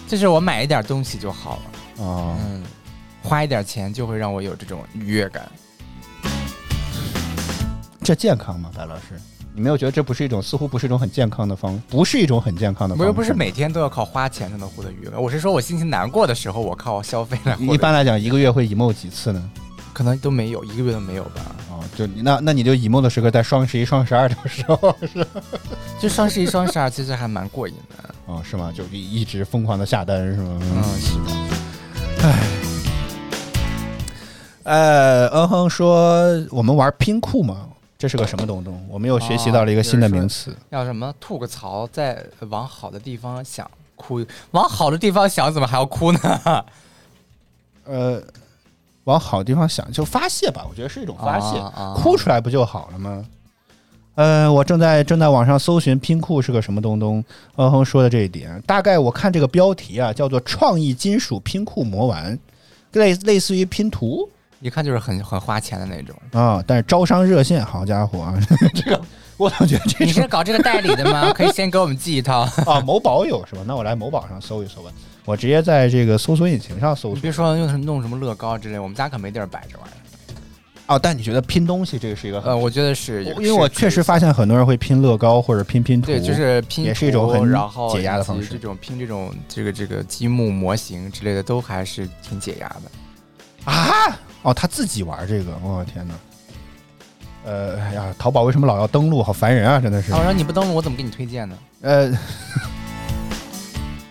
B: 就是我买一点东西就好了，
C: 哦，
B: 嗯，花一点钱就会让我有这种愉悦感。
C: 这健康吗，白老师？你没有觉得这不是一种似乎不是一种很健康的方，不是一种很健康的方式？
B: 我又不是每天都要靠花钱才能获得愉悦感，我是说我心情难过的时候，我靠消费来获得。
C: 一般来讲，一个月会 emo 几次呢？
B: 可能都没有，一个月都没有吧。
C: 哦，就你那那你就 emo 的时刻在双十一、双十二的时候 是
B: 就双十一、双十二其实还蛮过瘾 的。
C: 哦是吗？就一一直疯狂的下单是吗？
B: 嗯，是
C: 呃，嗯哼说我们玩拼酷吗？这是个什么东东？我们又学习到
B: 啊
C: 了一个新的名词。
B: 要什么吐个槽，再往好的地方想哭，往好的地方想，怎么还要哭呢？
C: 呃，往好地方想，就发泄吧，我觉得是一种发泄，
B: 啊啊
C: 哭出来不就好了吗？呃，我正在正在网上搜寻拼酷是个什么东东。嗯哼说的这一点，大概我看这个标题啊，叫做“创意金属拼酷魔丸”，类类似于拼图
B: 一看就是很很花钱的那种。
C: 啊，但是招商热线，好家伙啊，这个我总觉得这
B: 你
C: 种
B: 是搞这个代理的 吗？可以先给我们寄一套。
C: 啊，某宝有是吧？那我来某宝上搜一搜吧，我直接在这个搜索引擎上搜
B: 你
C: 索
B: 别说用什么弄什么乐高之类，我们家可没地儿摆这玩意儿。
C: 啊。但你觉得拼东西这个是一个很
B: 呃，我觉得是，
C: 因为我确实发现很多人会拼乐高或者拼拼图，
B: 对，就是拼
C: 也是一种
B: 图
C: 很
B: 然后
C: 解压
B: 以
C: 的
B: 及
C: 方式
B: 这种拼这种这个这个积木模型之类的，都还是挺解压的。
C: 啊。哦，他自己玩这个，我、天哪！呃，哎呀，淘宝为什么老要登录？好烦人啊，真的是
B: 啊。我说你不登录，我怎么给你推荐呢？
C: 呃，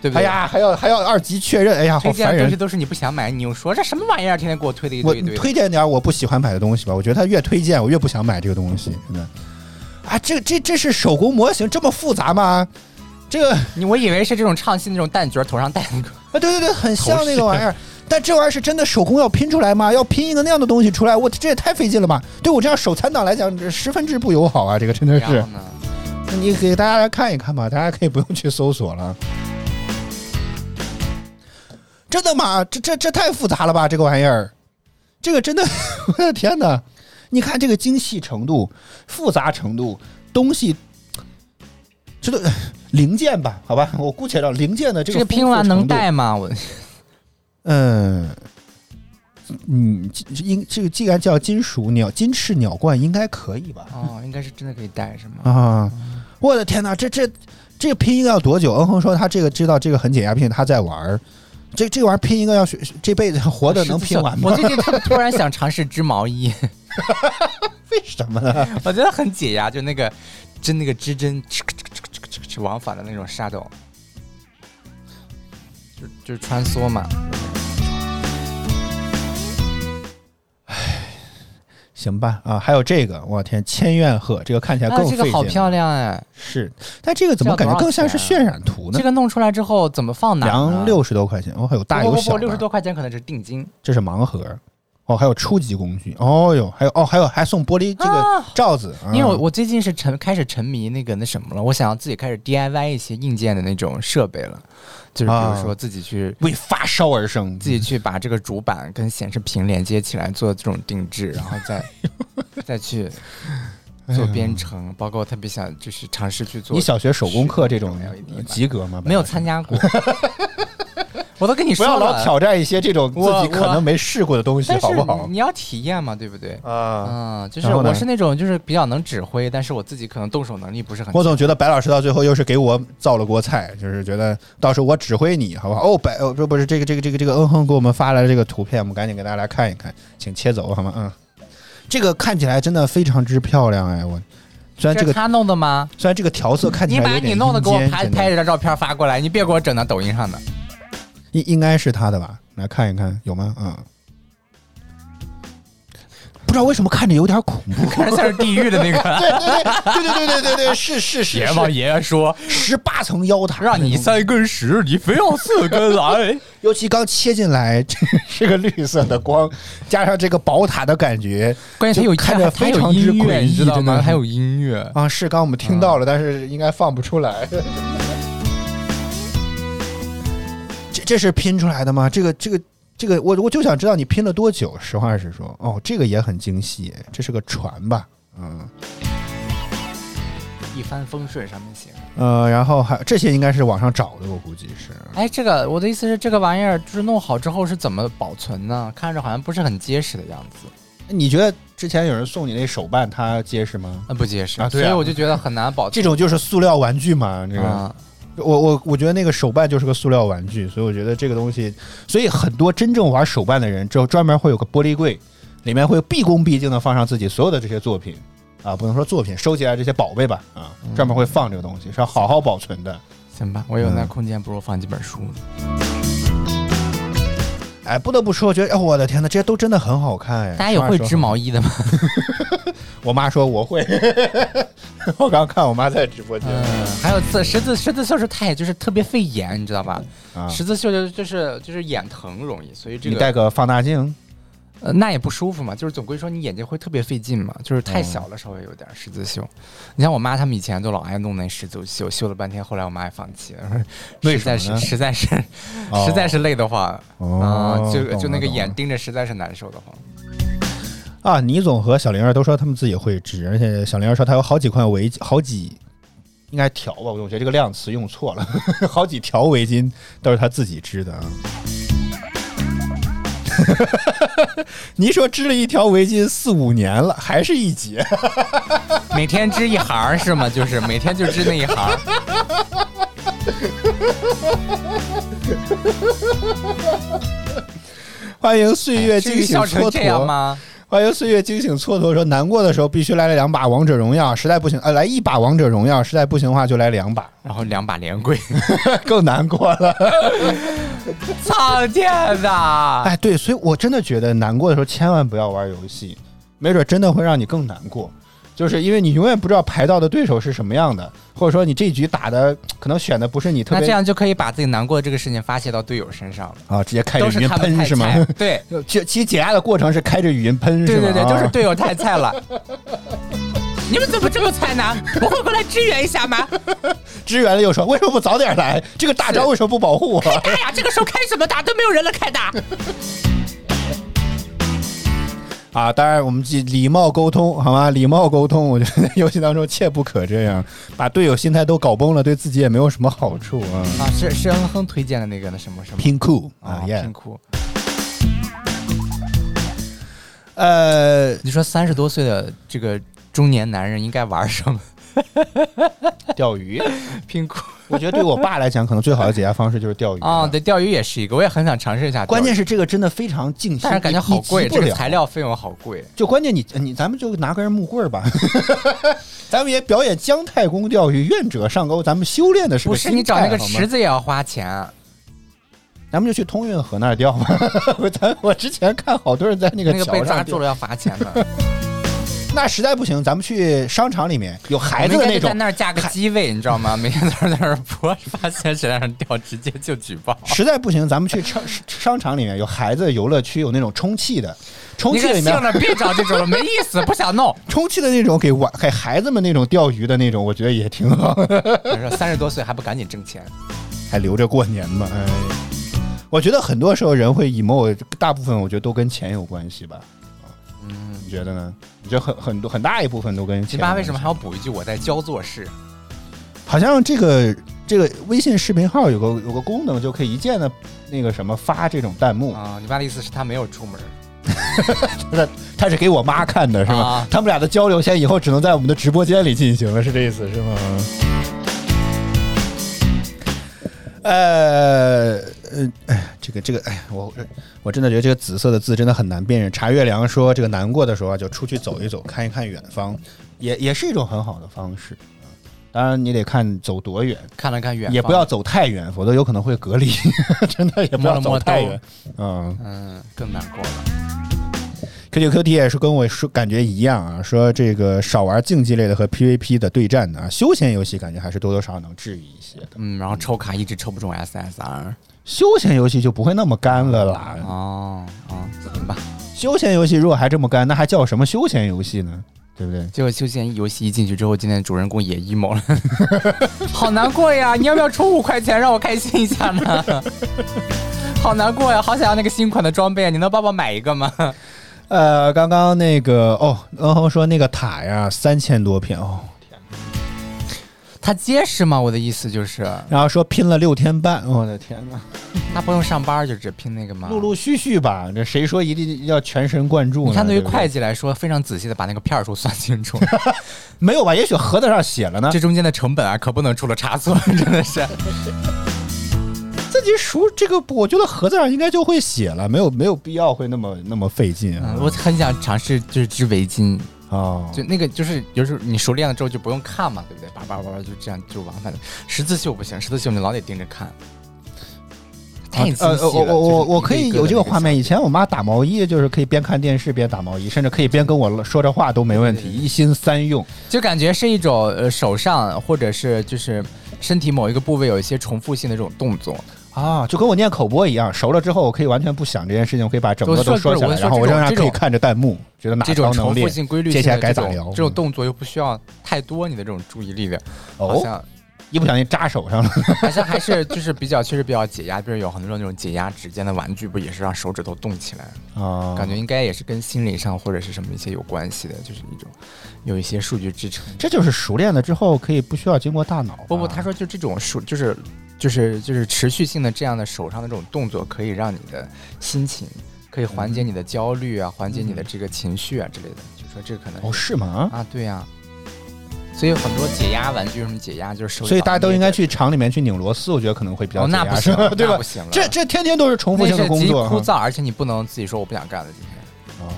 B: 对不
C: 哎
B: 对？
C: 呀，还要还要二级确认，哎呀，好
B: 推荐
C: 烦
B: 的东西
C: 人。
B: 都是你不想买，你又说这什么玩意儿，天天给我推的一
C: 我
B: 堆一堆的。
C: 推荐点我不喜欢买的东西吧，我觉得他越推荐我越不想买这个东西，真的。啊，这这这是手工模型这么复杂吗？这个
B: 你我以为是这种唱戏那种蛋卷儿头上戴那个，
C: 啊，对对对，很像那个玩 意儿。但这玩意儿是真的手工要拼出来吗？要拼一个那样的东西出来，我这也太费劲了吧！对我这样手残党来讲，这十分之不友好啊！这个真的
B: 然
C: 是
B: 后，呢？
C: 那你给大家来看一看吧，大家可以不用去搜索了。真的吗？这这这太复杂了吧！这个玩意儿，这个真的， 我的天哪！你看这个精细程度、复杂程度，东西，这都 零件吧？好吧，我姑且叫零件的这
B: 这个
C: 个
B: 拼完能戴吗？我
C: 嗯，嗯，这应这个既然叫金属鸟金翅鸟冠，应该可以吧？
B: 哦，应该是真的可以戴是吗？
C: 啊，我的天哪，这这这拼一个要多久？嗯哼说他这个知道这个很解压，并且他在玩儿。这这玩意儿拼一个要学这辈子活的能拼完吗
B: 我？最近特 别突然想尝试织毛衣，
C: 为什么呢？
B: 我觉得很解压，就那个织那个织针，往返的那种沙斗，就就是穿梭嘛。
C: 行吧，啊，还有这个，我天，千怨鹤，这个看起来
B: 啊，
C: 更费
B: 这个
C: 劲了、
B: 好漂亮哎！
C: 是，但这个怎么感觉更像是渲染图呢
B: 啊这？个弄出来之后怎么放哪儿呢？
C: 两六十多块钱，哦，还有大有
B: 不
C: 小
B: 不
C: 的，
B: 不，六十多块钱可能是定金。
C: 这是盲盒，哦，还有初级工具，哦哟，还有哦，还有还送玻璃这个
B: 啊
C: 罩子，啊
B: 因为我我最近是沉开始沉迷那个那什么了，我想要自己开始 DIY 一些硬件的那种设备了，就是比
C: 啊
B: 如说自己去、
C: 为发烧 而生，
B: 哎 自己去把这个主板跟显示屏连接起来做这种定制，然后再再去做编程，包括特别想就是尝试去做。
C: 你小学手工课这种
B: LED 吧
C: 及格吗？
B: 没有参加 过，我都跟你
C: 不
B: 说
C: 要老
B: 了
C: 挑战一些这种自
B: 我
C: 己可能没试过的东西，
B: 但是
C: 好不好
B: 你？要体验嘛，对不对？
C: 啊，
B: 嗯，就是
C: 然后呢
B: 我是那种就是比较能指挥，但是我自己可能动手能力不是很
C: 我
B: 强。
C: 总觉得白老师到最后又是给我造了锅菜，就是觉得到时候我指挥你，好不好？哦，白哦，这不是这个这个这个这个，嗯哼，给我们发来这个图片，我们赶紧给大家看一看，请切走好吗？嗯，这个看起来真的非常之漂亮哎，我虽
B: 这
C: 然这
B: 是
C: 个
B: 他弄的吗？
C: 虽然这个调色看起
B: 你
C: 来
B: 把
C: 有点
B: 你弄的给我
C: 阴间
B: 拍
C: 真的
B: 拍了张照片发过来，你别给我整到抖音上 的。
C: 应应该是他的吧？来看一看有吗？嗯，不知道为什么看着有点恐怖。
B: 看着像是地狱的那个。
C: 对对对对对对，是是是
B: 别往爷爷说，
C: 十八层妖塔，
B: 让你三根十，你非要四根来。
C: 尤其刚切进来，这 是个绿色的光，加上这个宝塔的感觉
B: 关键他有
C: 就看着
B: 它
C: 非
B: 有
C: 常之
B: 音乐，
C: 诡异
B: 你知道
C: 真
B: 吗？
C: 的
B: 还有音乐，
C: 啊，是刚我们听到了，但是应该放不出来。这这是拼出来的吗？这个这个这个，我我就想知道你拼了多久。实话实说，哦，这个也很精细，这是个船吧？嗯。
B: 一帆风顺上面写。
C: 呃，然后还这些应该是网上找的，我估计是。
B: 哎，这个我的意思是，这个玩意儿就是弄好之后是怎么保存呢？看着好像不是很结实的样子，
C: 你觉得之前有人送你那手办，它结实吗？
B: 嗯，不结实，
C: 啊
B: 所
C: 对啊
B: 以我就觉得很难保
C: 这
B: 存。
C: 种就是塑料玩具嘛，这个、
B: 啊，
C: 我我我觉得那个手办就是个塑料玩具，所以我觉得这个东西，所以很多真正玩手办的人，之后专门会有个玻璃柜，里面会毕恭毕敬的放上自己所有的这些作品，啊，不能说作品，收集来这些宝贝吧，啊，
B: 嗯
C: 专门会放这个东西，是要好好保存的。
B: 行吧，我有那
C: 嗯
B: 空间，不如放几本书。
C: 哎，不得不说，我觉得，哎，我的天呐，这些都真的很好看哎。
B: 大家有
C: 实话
B: 会
C: 说
B: 织毛衣的吗？
C: 我妈说我会， 我刚看我妈在直播间。
B: 嗯，还有字十字十字绣是太就是特别费眼，你知道吧？
C: 啊，
B: 十字绣就就是就是眼疼容易，所以这
C: 你
B: 个
C: 带个放大镜，
B: 呃，那也不舒服嘛，就是总归说你眼睛会特别费劲嘛，就是太小了，稍微有点儿十字绣。你像我妈他们以前就老爱弄那十字绣，绣了半天，后来我妈也放弃了，
C: 为
B: 实在
C: 什
B: 是实
C: 么呢
B: 在是、
C: 哦
B: 实在是累得慌啊、
C: 哦
B: 就
C: 懂
B: 就
C: 了
B: 那个
C: 懂
B: 眼
C: 了
B: 盯着实在是难受的慌。
C: 啊！倪总和小玲儿都说他们自己会织，而且小玲儿说她有好几块围巾，好几应该条吧，我总觉得这个量词用错了， 好几条围巾都是她自己织的啊。 你说织了一条围巾四五年了，还是一截，
B: 每天织一行儿是吗？就是每天就织那一行儿。
C: 欢迎岁月
B: 至
C: 惊
B: 于
C: 醒
B: 笑成
C: 蹉
B: 哎这样
C: 跎。
B: 吗？
C: 欢迎岁月惊醒蹉跎说，难过的时候必须来了两把王者荣耀，实在不行呃来一把王者荣耀，实在不行的话就来两把，
B: 然后两把连 跪，
C: 更难过了。
B: 操天呐！
C: 哎，对，所以我真的觉得难过的时候千万不要玩游戏，没准真的会让你更难过，就是因为你永远不知道排到的对手是什么样的，或者说你这局打的可能选的不是你特
B: 那这
C: 别
B: 样就可以把自己难过的这个事情发泄到队友身上了，
C: 啊，直接开着
B: 都
C: 语
B: 是
C: 音
B: 他们
C: 喷
B: 太
C: 是吗？
B: 菜。对，
C: 就其其实解压的过程是开着语音喷
B: 对
C: 是吗？
B: 对对，
C: 啊
B: 都是队友太菜了。你们怎么这么菜呢？不会过来支援一下吗？
C: 支援了又说为什么不早点来？这个大招为什么不保护我？
B: 哎呀，这个时候开什么打都没有人了，开打！
C: 啊，当然我们记礼貌沟通，好吗？礼貌沟通，我觉得在游戏当中切不可这样，把队友心态都搞崩了，对自己也没有什么好处啊。
B: 啊，是是恩亨推荐的那个那什么什么
C: 拼酷
B: 啊，，
C: 啊耶、
B: 拼酷。
C: 呃，
B: 你说三十多岁的这个中年男人应该玩什 么？
C: 钓鱼，
B: 拼酷
C: 我觉得对我爸来讲，可能最好的解压方式就是钓鱼
B: 啊，，对，钓鱼也是一个，我也很想尝试一下。
C: 关键
B: 是，
C: 是这个真的非常静心，
B: 但是感觉
C: 你
B: 好贵，
C: 你急
B: 这
C: 不
B: 个
C: 了。
B: 材料费用好贵。
C: 就关键你你咱们就拿根木棍儿吧， 咱们也表演姜太公钓鱼，愿者上钩。咱们修炼的是
B: 不
C: 个
B: 是
C: 心
B: 你找
C: 态
B: 那个
C: 好吗
B: 池子也要花钱，啊
C: 咱们就去通运河那儿钓吧。 我咱我之前看好多人在那个
B: 那个
C: 桥
B: 被
C: 上
B: 抓
C: 钓
B: 住了要罚钱 的。
C: 那实在不行，咱们去商场里面有孩子
B: 我们
C: 的
B: 应该
C: 哎
B: 就
C: 那
B: 在
C: 种。
B: 那儿架个机位，你知道吗？每天在那儿在那儿播，发现谁在那儿掉，直接就举 报。
C: 实在不行，咱们去商商场里面有孩子游乐区，有那种充气的，充
B: 你
C: 气
B: 可
C: 里
B: 性
C: 面
B: 了，别找这种了，没意思，不想弄。
C: 充气的那种给玩给孩子们那种钓鱼的那种，我觉得也挺好，
B: 我说三十多岁还不赶紧挣钱，
C: 还留着过年嘛。哎，我觉得很多时候人会 emo，大部分我觉得都跟钱有关系吧。啊嗯，你觉得呢？你觉得很很多很大一部分都跟
B: 奇
C: 钱
B: 葩
C: 有
B: 为什么
C: 关系
B: 还要补一句我在教做事？
C: 好像这个这个微信视频号有个有个功能，就可以一键的那个什么发这种弹幕。
B: 啊，你爸的意思是他没有出门，
C: 他他是给我妈看的是吗？
B: 啊
C: 他们俩的交流现在以后只能在我们的直播间里进行了，是这意思是吗？呃呃，哎这个这个，哎呀，我我真的觉得这个紫色的字真的很难辨认。查月良说，这个难过的时候啊，就出去走一走，看一看远方，也也是一种很好的方式。啊当然，你得看走多远，
B: 看了看远方，
C: 也不要走太远，否则有可能会隔离。 真的也不
B: 摸
C: 要
B: 了摸
C: 走太
B: 兜
C: 远。嗯
B: 嗯，更难过了。
C: Q 九 Q T 也是跟我说感觉一样啊，说这个少玩竞技类的和 PVP 的对战的啊，休闲游戏感觉还是多多少少能治愈一些的。
B: 嗯，然后抽卡一直抽不中 SSR。
C: 休闲游戏就不会那么干了啦。
B: 哦哦，行吧。
C: 休闲游戏如果还这么干，那还叫什么休闲游戏呢？对不对？
B: 结果休闲游戏一进去之后，今天主人公也 emo 了， 好难过呀！你要不要充五块钱让我开心一下呢？ 好难过呀，好想要那个新款的装备啊！你能帮我买一个吗？
C: 呃，刚刚那个哦，恩恒说那个塔呀，三千多片哦，
B: 他结实吗？我的意思就是，
C: 然后说拼了六天半，哦我的天哪！
B: 他不用上班就只拼那个吗？
C: 啊陆陆续续吧，这谁说一定要全神贯注呢？
B: 你看，对于
C: 不
B: 会计来说，非常仔细的把那个片儿数算清楚，
C: 没有吧？也许盒子上写了呢，
B: 这中间的成本啊，可不能出了差错，真的是。
C: 自己数这个，我觉得盒子上应该就会写了，没有没有必要会那么那么费劲啊
B: 嗯。我很想尝试就是织围巾，
C: 哦，
B: 就那个就是，有时候你熟练了之后就不用看嘛，对不对？叭叭叭叭就这样就往返的。十字绣不行，十字绣你老得盯着看。太精细了
C: 啊呃，我我我我可以有这个画。
B: 就是一一
C: 面。
B: 的那
C: 以前我妈打毛衣，就是可以边看电视边打毛衣，甚至可以边跟我说着话都没问题，一心三用。
B: 就感觉是一种呃手上或者是就是身体某一个部位有一些重复性的这种动作。
C: 啊，就跟我念口播一样，熟了之后我可以完全不想这件事情，我可以把整个都
B: 我说
C: 说下来，
B: 我说
C: 然后我
B: 这
C: 仍
B: 种
C: 然可
B: 这
C: 以
B: 种
C: 看着弹幕，觉得哪
B: 这
C: 招
B: 种
C: 能
B: 重
C: 练
B: 复性规律
C: 接
B: 性
C: 下来
B: 的
C: 该
B: 这
C: 咋
B: 种
C: 聊？嗯
B: 这种动作又不需要太多你的这种注意力的，好
C: 哦，
B: 像
C: 一不小心扎手上了。
B: 好像还是就是比较确实比较解压，比如有很多那种解压指尖的玩具，不也是让手指头动起来？
C: 啊，
B: 感觉应该也是跟心理上或者是什么一些有关系的，就是一种有一些数据支撑。
C: 这就是熟练了之后可以不需要经过大脑吧。
B: 不不，他说就这种数，就是就是就是持续性的这样的手上的这种动作，可以让你的心情可以缓解你的焦虑啊，缓解你的这个情绪啊之类的。就说这可能
C: 哦是吗？
B: 啊，对呀、所以很多解压玩具什么解压就是手，
C: 所以大家都应该。去厂里面去拧螺丝，我觉得可能会比较
B: 哦，
C: 解
B: 那
C: 压
B: 不
C: 是
B: 行
C: 吧，，对
B: 那
C: 吧
B: 不？行了，
C: 这这天天都是重复
B: 那
C: 性的
B: 是
C: 工
B: 极
C: 作，
B: 枯
C: 哈
B: 燥，而且你不能自己说我不想干了。今天
C: 哦，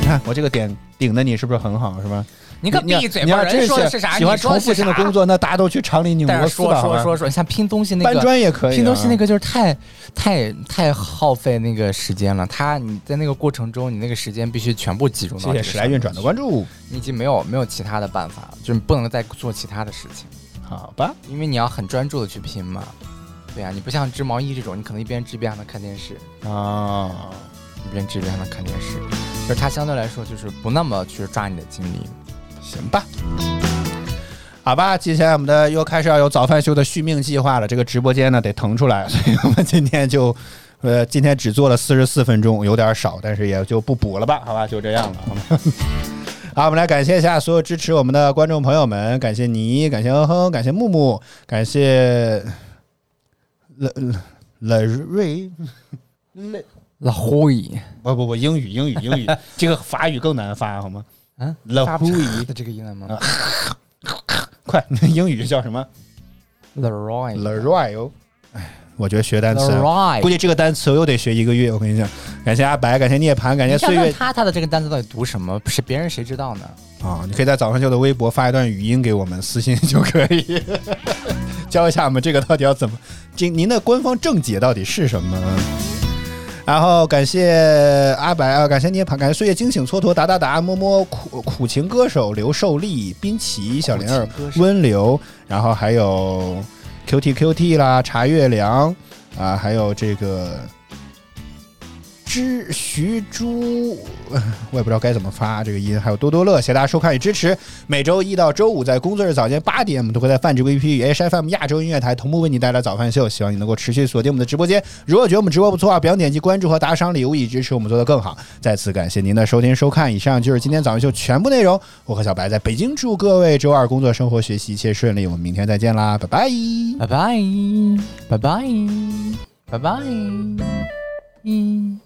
C: 你看我这个点顶的你是不是很好，是吧？
B: 你可
C: 要
B: 闭嘴
C: 你
B: 吧！
C: 要真
B: 人说的是啥？
C: 喜欢
B: 你说的
C: 重复
B: 是
C: 性的
B: 啥
C: 工作，那大家都去厂里拧
B: 但
C: 螺
B: 是
C: 丝
B: 说
C: 吧。好
B: 说
C: 吧
B: 说说，像拼东西那
C: 搬
B: 个。
C: 砖也可以啊。
B: 拼东西那个就是太太太耗费那个时间了，它你在那个过程中，你那个时间必须全部集中到这
C: 谢谢
B: 个
C: 时
B: 上
C: 来
B: 面
C: 运转的关注，
B: 你已经没有没有其他的办法了，就是不能再做其他的事情，
C: 好吧？
B: 因为你要很专注的去拼嘛。对啊呀、你不像织毛衣这种，你可能一边织一边还能看电视，
C: 啊，
B: 一边织一边还能看电视，就是它相对来说就是不那么去抓你的精力。
C: 行吧。好吧，接下来我们的又开始要有早饭秀的续命计划了。这个直播间呢得腾出来，所以我们今天就，呃，今天只做了四十四分钟，有点少，但是也就不补了吧，好吧，就这样了，好吗？ 好，我们来感谢一下所有支持我们的观众朋友们，感谢你，感谢哼哼，感谢木木，感谢了了了瑞了，
B: 老胡以
C: 不不不，英语英语英语，这个法语更难发，好吗？
B: 嗯，
C: 了
B: 发不出的这个音了吗
C: 啊快， 英语叫什么？嗯
B: ？Leroy，Leroy，
C: Leroy 哦，哎，我觉得学单词啊，估计这个单词我又得学一个月。我跟你讲，感谢阿白，感谢涅槃，感谢
B: 你想
C: 岁
B: 问
C: 月
B: 他他的这个单词到底读什么？是别人谁知道呢？
C: 啊、你可以在早上秀的微博发一段语音给我们，私信就可以， 教一下我们这个到底要怎么，这您的官方正解到底是什么？然后感谢阿白啊，感谢涅槃，感谢岁月惊醒蹉跎达达达么么苦苦情歌手刘寿丽、滨崎、小莲儿
B: 苦情歌、手
C: 温流，然后还有 QT QT 啦、茶月良啊，还有这个之徐珠，呃 我也不知道该怎么发这个音。还有多多乐，谢谢大家收看与支持。每周一到周五在工作日早间八点，我们都会在泛直播 APP 与 HFM 亚洲音乐台同步为你带来早饭秀。希望你能够持续锁定我们的直播间。如果觉得我们直播不错啊，不要点击关注和打赏礼物以支持我们做得更好。再次感谢您的收听收看。以上就是今天早饭秀全部内容。我和小白在北京，祝各位周二工作、生活、学习一切顺利。我们明天再见啦，拜拜。
B: 拜拜，拜拜，拜拜，嗯。